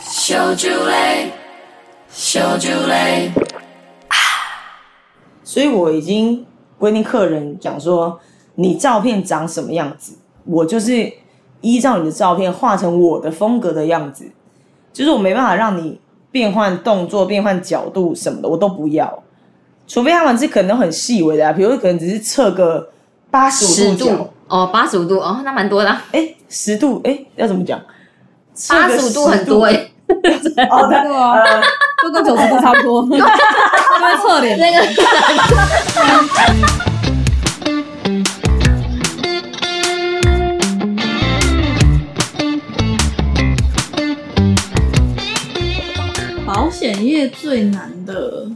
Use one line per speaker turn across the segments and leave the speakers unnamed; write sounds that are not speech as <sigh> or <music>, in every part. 小酒类，小酒类，
所以我已经规定客人讲说，你照片长什么样子，我就是依照你的照片画成我的风格的样子，就是我没办法让你变换动作、变换角度什么的，我都不要。除非他们是可能都很细微的、啊，比如可能只是测个八十
十
五度角
度，哦，八十五度哦，那蛮多的啊，
哎，十度，哎，要怎么讲？测
八
个
十五度很多
10
<laughs> 哎，
哦，对
对啊，
呃
就跟九十度差不多，因为侧脸
那个
保险业最难的，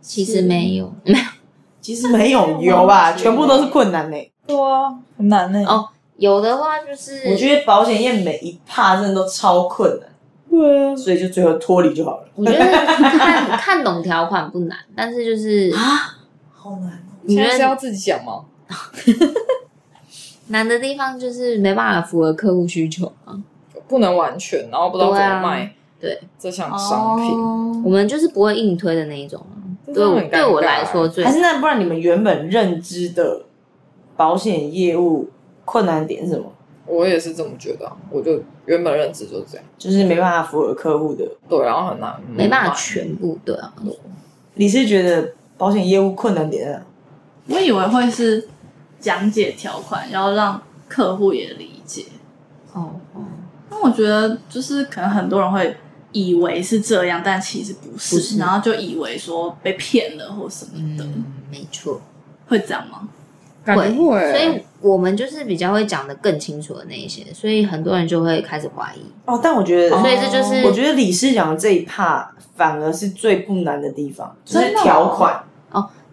其实没有 <laughs>
其实没有有吧，全部都是困难呢、
对啊，很难呢、
哦，有的话就是
我觉得保险业每一趴真的都超困难，
对啊，
所以就最后脱离就好了。
我觉得 <laughs> 看看懂条款不难，但是就是
啊
好难哦，
你觉得
自己想吗？
难的地方就是没办法符合客户需求啊。
不能完全，然后不知道怎
对
么
啊
卖
对
这项
哦
商品，
我们就是不会硬推的那一种啊。
这
对
真
我
的很尴尬欸
对我来说最
还是那不然你们原本认知的保险业务困难点是什么？
我也是这么觉得啊。我就原本认知就这样，
就是没办法符合客户的。
对，然后很难，
没办法
卖
全部对啊。
你是觉得保险业务困难点在哪？
我以为会是讲解条款，要让客户也理解。
哦，哦
那我觉得就是可能很多人会以为是这样，但其实不是，
不是
然后就以为说被骗了或什么的，
嗯，没错，
会这样吗？
感觉会，
所以我们就是比较会讲的更清楚的那一些，所以很多人就会开始怀疑。
哦，但我觉得，
所以这就是
我觉得李市长这一趴反而是最不难的地方，就是
真的哦
条款。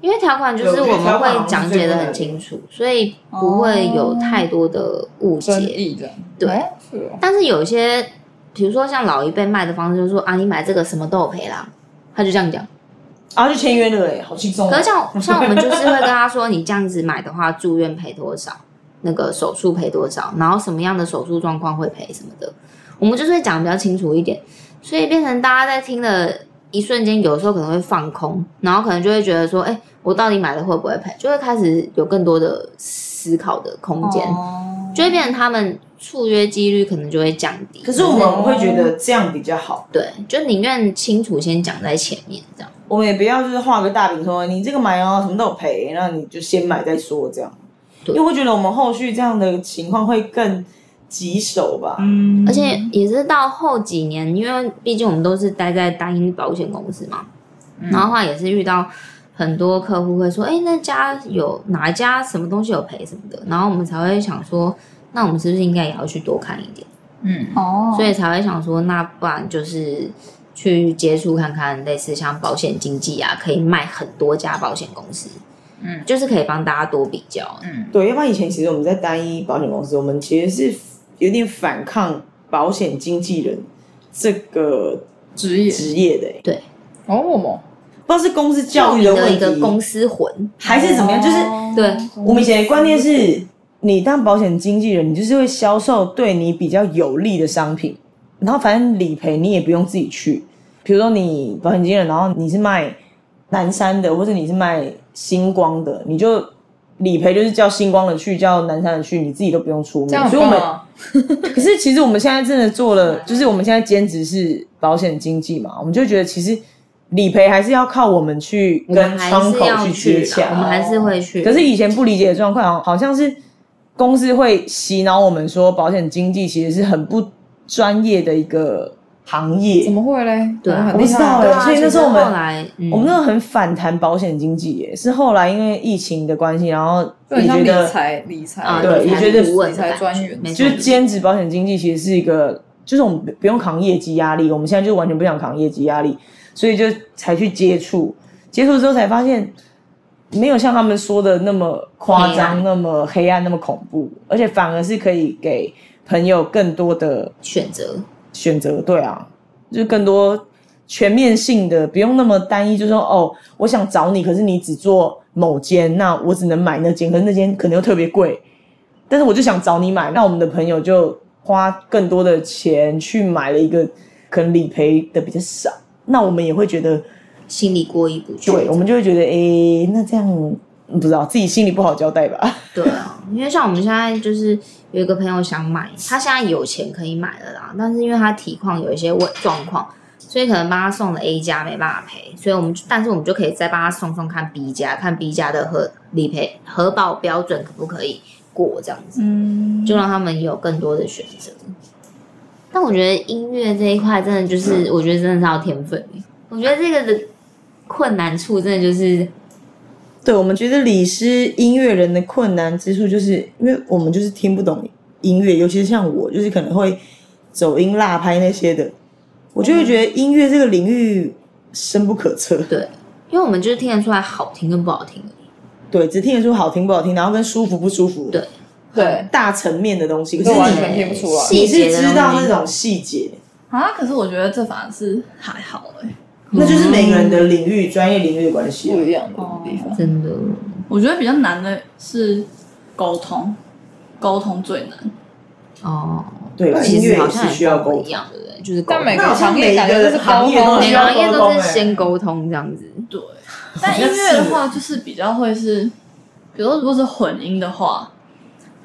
因为条款就是
对我觉
我
得
们
条款好像
会
是
讲
最
解的
困难
很
的
清楚，所以不会有太多的误
争
解。
议这样，
对
哎
哦，是哦，
但是有一些，比如说像老一辈卖的方式，就是说啊，你买这个什么都有赔啦，他就这样讲。
然后就签约了哎，好轻松哦。
可是像像我们就是会跟他说，你这样子买的话，住院赔多少，那个手术赔多少，然后什么样的手术状况会赔什么的，我们就是会讲得比较清楚一点，所以变成大家在听的一瞬间，有时候可能会放空，然后可能就会觉得说，哎、我到底买的会不会赔，就会开始有更多的思考的空间，
哦
就会变成他们触约几率可能就会降低。
可是我们会觉得这样比较好。
对，就宁愿清楚先讲在前面这样。
我们也不要就是画个大饼说你这个买哦，什么都有赔，那你就先买再说这样。因
对
为我觉得我们后续这样的情况会更棘手吧。
嗯
而且也是到后几年，因为毕竟我们都是待在单一保险公司嘛，
嗯
然后的话也是遇到很多客户会说，哎、那家有哪一家什么东西有赔什么的，然后我们才会想说，那我们是不是应该也要去多看一点？
嗯，
哦，
所以才会想说，那不然就是去接触看看，类似像保险经纪啊，可以卖很多家保险公司，
嗯
就是可以帮大家多比较。
嗯，
对，要不然以前其实我们在单一保险公司，我们其实是有点反抗保险经纪人这个
职业
职业的、欸，
哦，我们
不知道是公司教育的
的
问
一个公
题，
司魂，
还是怎么样？就是
对，
嗯
我们以前的观念是，你当保险经纪人，你就是会销售对你比较有利的商品，然后反正理赔你也不用自己去。比如说你保险经纪人，然后你是卖南山的，或者你是卖星光的，你就理赔就是叫星光的去，叫南山的去，你自己都不用出
这样
面。所
很
以我
棒
们
啊，
可是其实我们现在真的做了，就是我们现在兼职是保险经纪嘛，我们就觉得其实理赔还是要靠我们去
我
跟
们还
窗
是
口
要
接
去啦，
洽
我。们还是会去。
可是以前不理解的状况，好像是公司会洗脑我们说，保险经纪其实是很不专业的一个行
怎
业。
么会嘞？
对啊
我们很
我不知道
对
欸
啊，
所以那时候我们
其实后来，嗯
我们那个很反弹保险经纪耶，是后来因为疫情的关系，然后
就很
也觉
像理
得
财理财
啊，
对
理财
也觉得
顾问的
理财
感
专
觉
员
没错
就是兼职保险经纪其实是一个，就是我们不不用扛业绩压力，我们现在就是完全不想扛业绩压力，所以就才去接触，接触之后才发现，没有像他们说的那么夸
黑
张、
暗
那么黑暗、那么恐怖，而且反而是可以给朋友更多的
选择，
选择，对啊，就是更多全面性的，不用那么单一，就说哦，我想找你，可是你只做某间，那我只能买那间，可是那间可能又特别贵，但是我就想找你买，那我们的朋友就花更多的钱去买了一个可能理赔的比较少，那我们也会觉得，
心里过意不去。
对，我们就会觉得，诶，那这样嗯不知道自己心里不好交代吧？
对啊，因为像我们现在就是有一个朋友想买，他现在有钱可以买了啦，但是因为他体况有一些问状况，所以可能帮他送了 A 加没办法赔，所以我们就但是我们就可以再帮他送送看 B 加，看 B 加的核理赔核保标准可不可以过这样子，
嗯，
就让他们有更多的选择。但我觉得音乐这一块真的就是，我觉得真的是要天分欸我觉得这个的困难处真的就是
对，我们觉得理师音乐人的困难之处，就是因为我们就是听不懂音乐，尤其是像我，就是可能会走音、落拍那些的，我就会觉得音乐这个领域深不可测。
对，因为我们就是听得出来好听跟不好听而已。
对，只听得出好听不好听，然后跟舒服不舒服，
对，
对，
大层面的东西。可
这完
是
全听不出来。
细
你
节
是
的
知道
东
那
西
种细节，
啊，可是我觉得这反而是还好哎、
嗯
那就是每个人的领域、专业领域的关系啊
不。一样的地方，
真的，
我觉得比较难的是沟通，沟通最难。
哦，
对吧？
其
音
实
乐
好
也
像
是
也
需要
跟我
沟
一
通。
样，对不对？就是沟
但
通
每
那好
个
像
行业感觉就是
每个行
沟
业都
通
一
每
样
啊，
个行业都
沟通
是
欸
先沟通这样子，
对，但音乐的话就是比较会是，比如说如果是混音的话，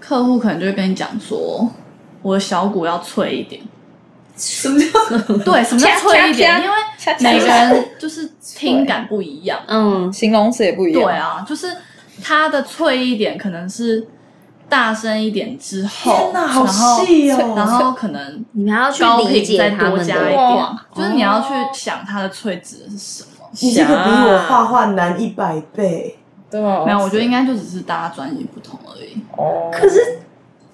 客户可能就会跟你讲说，我的小鼓要脆一点。什么叫对？什么叫脆一点？因为每个人就是听感不一样。
嗯，
形容词也不一样。
对，啊，就是它的脆一点，可能是大声一点之后，
哪，
然
好
后
细哦！
然后可能
你们还要去
高
理
频再
解他
多
们
加一
的，
点，就是你要去想它的脆指的是什么。
你这个比我画画难一百倍。
对啊，
没有，我觉得应该就只哦是大家专业不同而已。
哦，
可是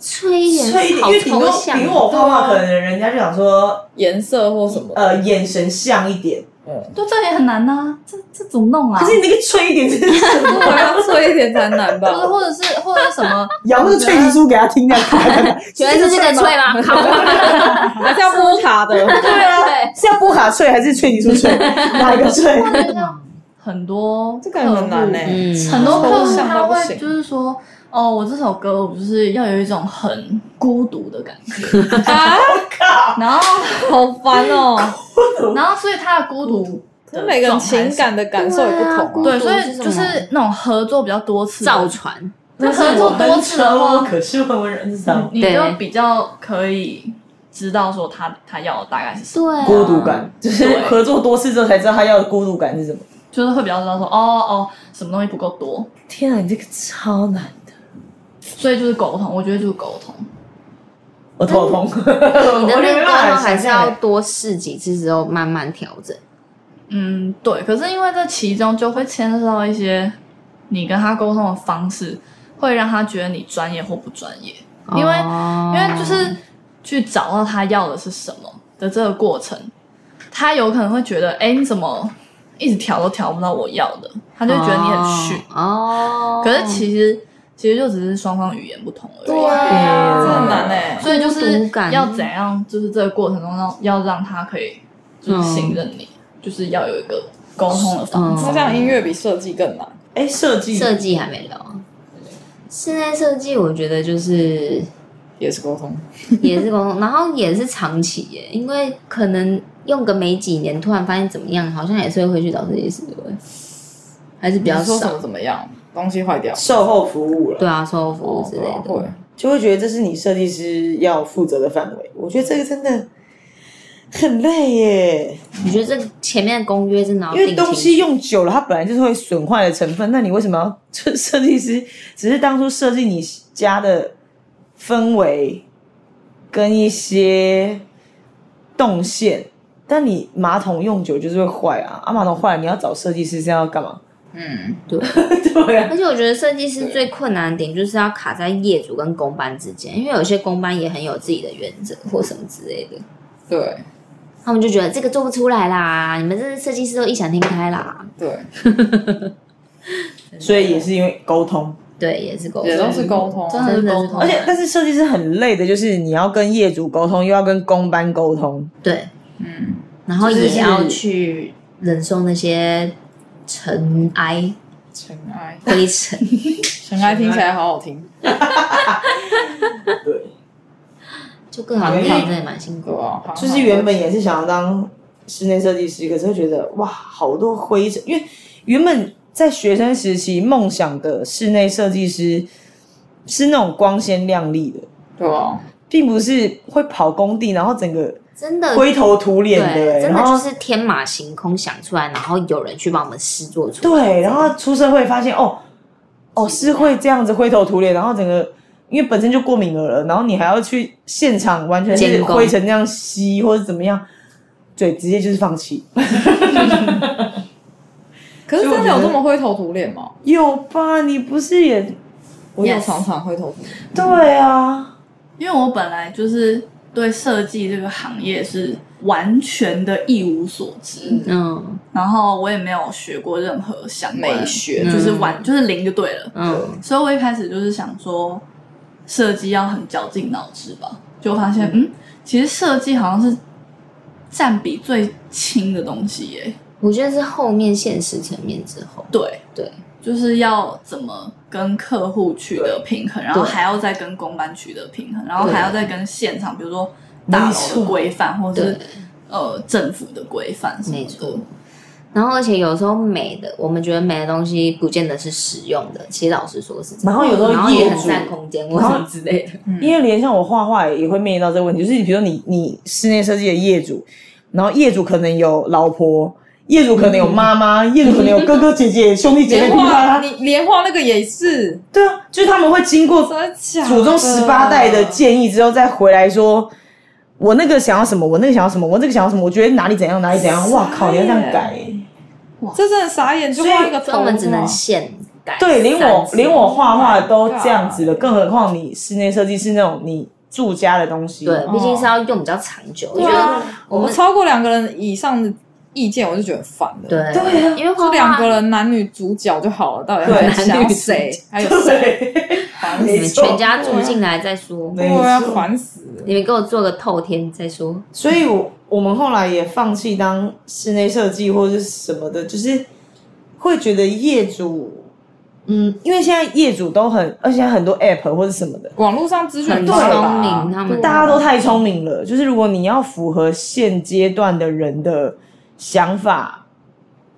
吹一点，
吹一点，
好
因为顶
抽
多
象
顶，我画画，可能人家就想说，
颜色或什么，
呃，眼神像一点。
嗯，
对，这也很难呐、这这怎么弄啊？
可是你那个吹一点是 <laughs> 什么，
我要脆一点才难
不是，
吧？
或者是或者是什么？
摇那个脆皮书给他听，这样看看
请问是这个吹吗？
<laughs>
还是要摸卡的，
对啊，
是要波卡脆还是脆皮书脆？哪一个脆？
或者像很多
<laughs> 这个很难欸呢、
嗯，
很多客户
想
他
到不
会
行
就是说，哦，我这首歌我就是要有一种很孤独的感觉，
<laughs>
然后
啊好烦哦、
然后所以他的孤独的
每个人
状态是
情感的感受也不同、啊。
对，所以
孤独是什么
就是那种合作比较多次的，
造船，
那合作多次的话，
可是温温人少，
你
对
就比较可以知道说他他要的大概是什么，
对啊，
孤独感就是合作多次之后才知道他要的孤独感是什么。
就是会比较知道说，哦哦，什么东西不够多，
天啊，你这个超难的，
所以就是沟通，我觉得就是沟通。
我头痛。
你
<laughs> 你
的那个沟通还是要多试几次之后慢慢调整，
嗯，对。可是因为这其中就会牵涉到一些你跟他沟通的方式，会让他觉得你专业或不专业，因为、
因
因为就是去找到他要的是什么的这个过程，他有可能会觉得，哎，你怎么一直调都调不到我要的，他就觉得你很逊。
哦，
可是其实其实就只是双方语言不同而已。
对啊，
这
对
很难呢、欸
所以就是
孤独感
要怎样，就是这个过程中要要让他可以就是信任你，就是要有一个沟通的方式。
那这样音乐比设计更难，
哎，设计
嗯设计还没聊啊。室内设计我觉得就是
也是沟通。
也是
<laughs>
工作，然后也是长期耶，因为可能用个没几年，突然发现怎么样，好像也是会回去找设计师的，还是比
比
较
说什
少
么。怎么样，东西坏掉，
售后服务了，
对啊，售后服务之类
哦
的，
对啊
就会觉得这是你设计师要负责的范围。我觉得这个真的很累耶，
我觉得这前面的公约真的要
因为
定
东
期
西用久了，它本来就是会损坏的成分。那你为什么要就设 <laughs> 计师只是当初设计你家的氛围跟一些动线，但你马桶用久就是会坏啊，啊马桶坏了你要找设计师是要干嘛？
会，嗯，
对。
对
<laughs>
啊，
而且我觉得设计师最困难的点就是要卡在业主跟公班之间，因为有些公班也很有自己的原则或什么之类的，
对
他们就觉得这个做不出来啦，你们这设计师都异想天开啦。
对，
所以也是因为沟通。
对，也是沟通，
也都是沟通啊，
嗯真的是沟通，
而且，但是设计师很累的，就是你要跟业主沟通，又要跟工班沟通，
对，
嗯，
然后
就是
也要去忍受那些尘埃、
尘埃，
灰尘。 <laughs>
尘埃听起来好好听，
对，
就各行各业真的蛮辛苦
对
的。
啊，好
就是原本也是想要当室内设计师，可是会觉得哇，好多灰尘，因为原本在学生时期梦想的室内设计师是那种光鲜亮丽的，
对啊，
并不是会跑工地，然后整个
真的
灰头土脸的、欸
对，真
然
的就
后
是天马行空想出来，然后有人去帮我们试做出来。
对，然后出社会发现哦哦是会这样子灰头土脸，然后整个。因为本身就过敏了，然后你还要去现场，完全是
监工
灰尘这样吸或者怎么样，对，直接就是放弃。
可是真的有这么灰头土脸吗？
有吧？你不是也
我有常常灰头土脸，
对啊？
因为我本来就是对设计这个行业是完全的一无所知，
嗯
然后我也没有学过任何相关的
美学
就是完就是零就对了。
嗯，
所以我一开始就是想说，设计要很绞尽脑汁吧，就发现嗯，其实设计好像是占比最轻的东西耶。
我觉得是后面现实层面之后，
对
对，
就是要怎么跟客户取得平衡，然后还要再跟公班取得平衡，然后还要再跟现场，比如说大楼
没错
的规范，或者是
对
呃政府的规范什么
没
的
错。然后而且有时候美的，我们觉得美的东西不见得是实用的，其实老实说是这样。
然后有时候
然后也很
业主
占空间或什么之类的。
因为连像我画画也会面临到这个问题，就是你比如说你你室内设计的业主，然后业主可能有老婆，业主可能有妈妈，业主可能有哥哥姐姐、兄弟姐妹，
<laughs>
莲
噼里啪
花
啦，
你莲花那个也是，
对啊，就是他们会经过
真的假的
祖宗十八代
啊
的建议之后，再回来说。我那个想要什么，我那个想要什么，我这个想要什么，我觉得哪里怎样，哪里怎样，哇靠，你要这样改、
这真的傻眼，就画一个头
所以我们只能
啊
现改。
<laughs> 对，连我
三，Oh 次
连我画画都这样子的，更何况你室内设计是那种你住家的东西， <laughs>
对，毕
哦
竟是要用比较长久。我觉得啊
啊
我
我
们
们超过两个人以上的意见，我就觉得很烦的。，
对
对啊
因为
就
画
两
画
个人男女主角就好了，到底
对
还想
男
要
女
谁？还有谁？
对，
烦死
你
没
们
错
全家住进来再说，
没
我要
错
烦死了。
你们给我做个透天再说。
所以我我们后来也放弃当室内设计或者是什么的，就是会觉得业主，嗯，因为现在业主都很，而且很多 app 或者什么的，
网络上资讯
很
对吧
聪明他们
大家都太聪明了。就是如果你要符合现阶段的人的想法，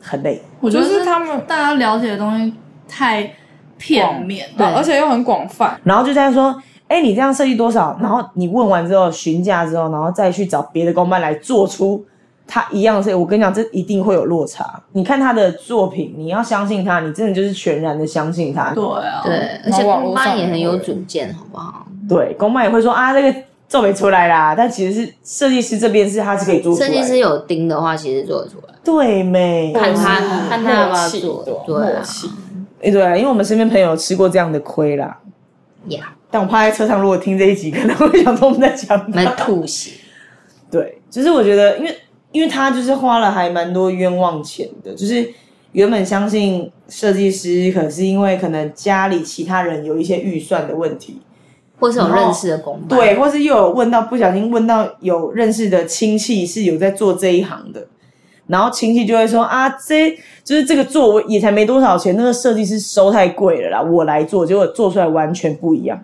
很累。
我觉
就
得
是他们，
大家了解的东西太片面，
对
而且又很广泛。
然后就在说，哎、你这样设计多少？然后你问完之后询价之后，然后再去找别的公办来做出他一样的设计。我跟你讲，这一定会有落差。你看他的作品，你要相信他，你真的就是全然的相信他。
对啊，
对，而
然后
且
网
公
络
妈
上
也
也
很有
会
主见，好不好？
对，公办也会说啊，这个皱没出来啦，但其实是设计师这边是他是可以做出
设
来
计
的。
师有盯的话，其实做得出来，
对没？
看他
哦
嗯
看他要不要
默契
做
对啊，
对
默
啊，
契
诶对啊，因为我们身边朋友吃过这样的亏啦。
呀，
但我怕在车上，如果听这一集，可能会想说我们在讲他
蛮吐血。
对，就是我觉得，因为因为他就是花了还蛮多冤枉钱的，就是原本相信设计师，可是因为可能家里其他人有一些预算的问题，
或是有认识的公妈，
对，或是又有问到不小心问到有认识的亲戚是有在做这一行的，然后亲戚就会说啊，这就是这个做我也才没多少钱，那个设计师收太贵了啦，我来做，结果做出来完全不一样，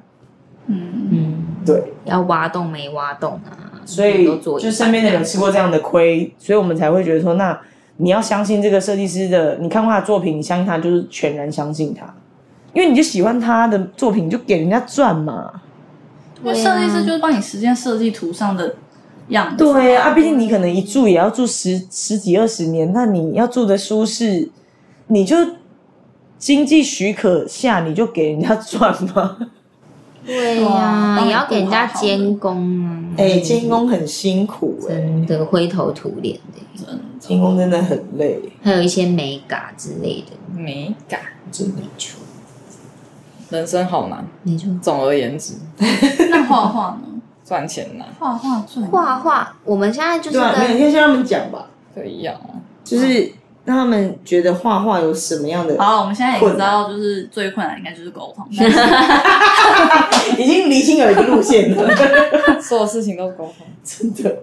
嗯，
嗯，
对。
要挖洞没挖洞啊，
所以
都做一
就
半
身边的人有吃过这样的亏，所以我们才会觉得说，那你要相信这个设计师的，你看过他的作品，你相信他就是全然相信他，因为你就喜欢他的作品，你就给人家赚嘛。
因为设计师就是帮你实现设计图上的样子，
对啊，毕竟你可能一住也要住十十几二十年，那你要住的舒适，你就经济许可下，你就给人家赚嘛。
对
对
呀，
哦
啊
也要给人家监工啊，
哎、监工很辛苦哎、
真的灰头土脸的，
监工真的很累，
还有一些美嘎之类的，
美感，
真没错，
人生好难。
没错。
总而言之，
那画画呢？
赚钱难，
画画最难
画画，我们现在就是
对啊，没有，你
跟
先让他们讲吧。
对一样啊。
就是让他们觉得画画有什么样的，
好了，我们现在也知道，就是最困难应该就是沟通，但是
已经厘清有一个路线了，
所有事情都是沟通，
<laughs> 真的。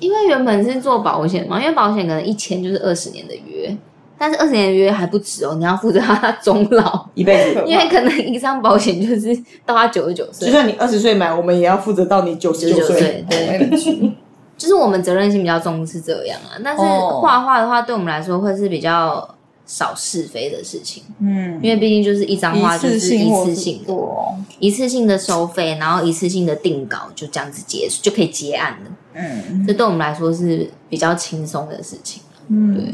因为原本是做保险嘛，因为保险可能一签就是二十年的约，但是二十年约还不止哦，你要负责他终老，
<laughs> 一辈子。
因为可能一张保险就是到他九十九
就
岁，
算你二十岁买，我们也要负责到你九十
九十
九
九
岁。
岁，对，就是我们责任心比较重是这样啊。但是
哦
画画的话，对我们来说会是比较少是非的事情，
嗯，
因为毕竟就是一张画
一
就是
次
一
性或
次
是
性的
对，哦，
一次性的收费，然后一次性的定稿，就这样子结束就可以结案了。
嗯
这对我们来说是比较轻松的事情。
嗯，
对，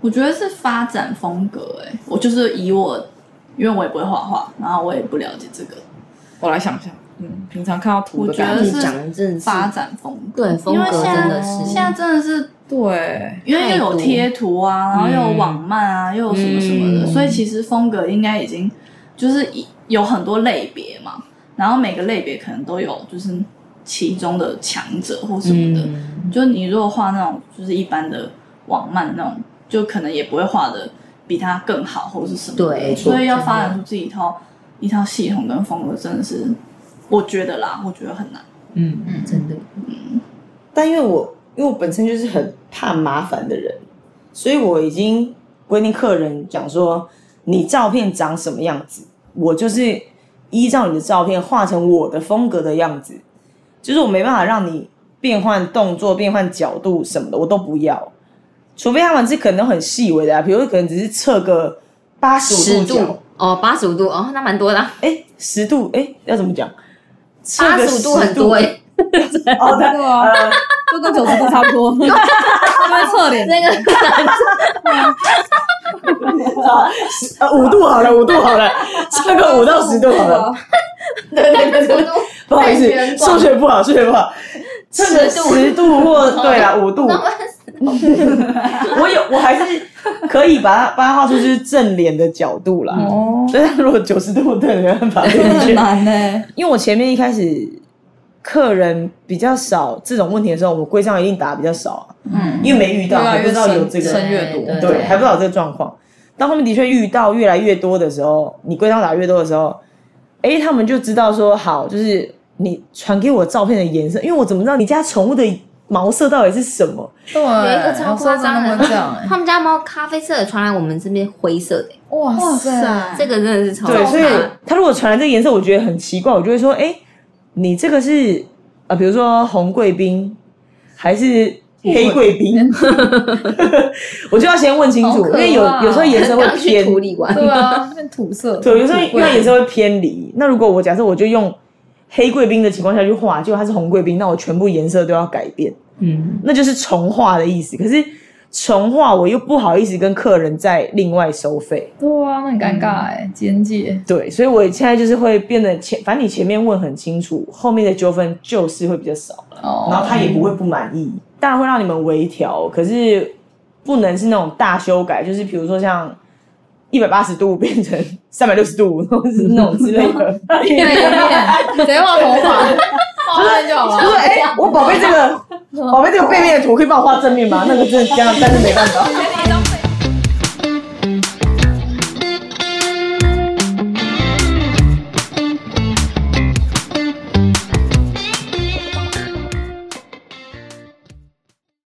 我觉得是发展风格、欸，哎，我就是以我，因为我也不会画画，然后我也不了解这个，
我来想想，嗯，平常看到图的
我觉
感
得
觉，
你
是
讲的真的是
发展风格，
对风
因为
格真
现在
的
现
是
在真的是
对，
因为又有贴图啊，然后又有网漫啊，又有什么什么的，
嗯
所以其实风格应该已经就是一有很多类别嘛，然后每个类别可能都有就是其中的强者或什么的。
嗯
就你如果画那种就是一般的网漫的那种，就可能也不会画的比它更好或是什么的。
对
所以要
真的
发展出自己一套一套系统跟风格，真的是我觉得啦，我觉得很难。
嗯嗯，真的，
但因为我因为我本身就是很怕麻烦的人，所以我已经规定客人讲说，你照片长什么样子，我就是依照你的照片画成我的风格的样子，就是我没办法让你变换动作、变换角度什么的，我都不要。除非他们是可能很细微的、啊，比如可能只是测个八十
十
五度角
度，哦，八十五度哦，那蛮多的啊，
哎，十度，哎，要怎么讲？
八十五度很多哎、欸， <laughs>
哦，对
对啊，
呃，
就跟九十度差不多，因为侧
<laughs>
脸
那个
好，十呃五度好了，五度好了，这个五到十度好了。对对对对，不好意思，数学不好，数学不 <laughs> 好。这个
十度
十度 <laughs> 或对啦，五度，我有我还是可以把它把它画出就是正脸的角度啦。
哦，
<laughs>
但是如果九十度，我真的没办法进
很
去，
难呢、
<laughs>
欸
因为我前面一开始客人比较少这种问题的时候，我们规章一定打得比较少啊，
嗯，
因为没遇到，
啊
还不知道有这个
深阅读，
对
对，还不知道这个状况。当他们的确遇到越来越多的时候，你规章打越多的时候，哎，他们就知道说好，就是你传给我照片的颜色，因为我怎么知道你家宠物的毛色到底是什么？
有
对，
一个超夸张
的
的，
会这样，哎
他们家猫咖啡色的传来我们这边灰色的、
哇塞，
这个真的是超
对，所以
大
他如果传来这个颜色，我觉得很奇怪，我就会说，哎，你这个是呃，比如说红贵宾还是黑贵
<laughs>
宾，我就要先问清楚，
好可
因
怕
为有有时候颜色会
刚去
偏
处理完，
对啊，变土色，
对，有时候
土
因
贵
为颜色会偏离。那如果我假设我就用黑贵宾的情况下去画，结果它是红贵宾，那我全部颜色都要改变，
嗯，
那就是重画的意思。可是重画我又不好意思跟客人再另外收费，
对啊，那很尴尬哎，简介，
对，所以我现在就是会变得前，反正你前面问很清楚，后面的纠纷就是会比较少了，
哦
然后他也不会不满意，当然会让你们微调，可是不能是那种大修改，就是比如说像。一百八十度变成三百六十度，或是那种之类的，
那一
<laughs>
面，谁画头发？画面就好
就 <laughs>
了。
是哎、我宝贝这个，宝贝这个背面的图可以帮我画正面吗？那个真的这样，但是没办法。
给你一张白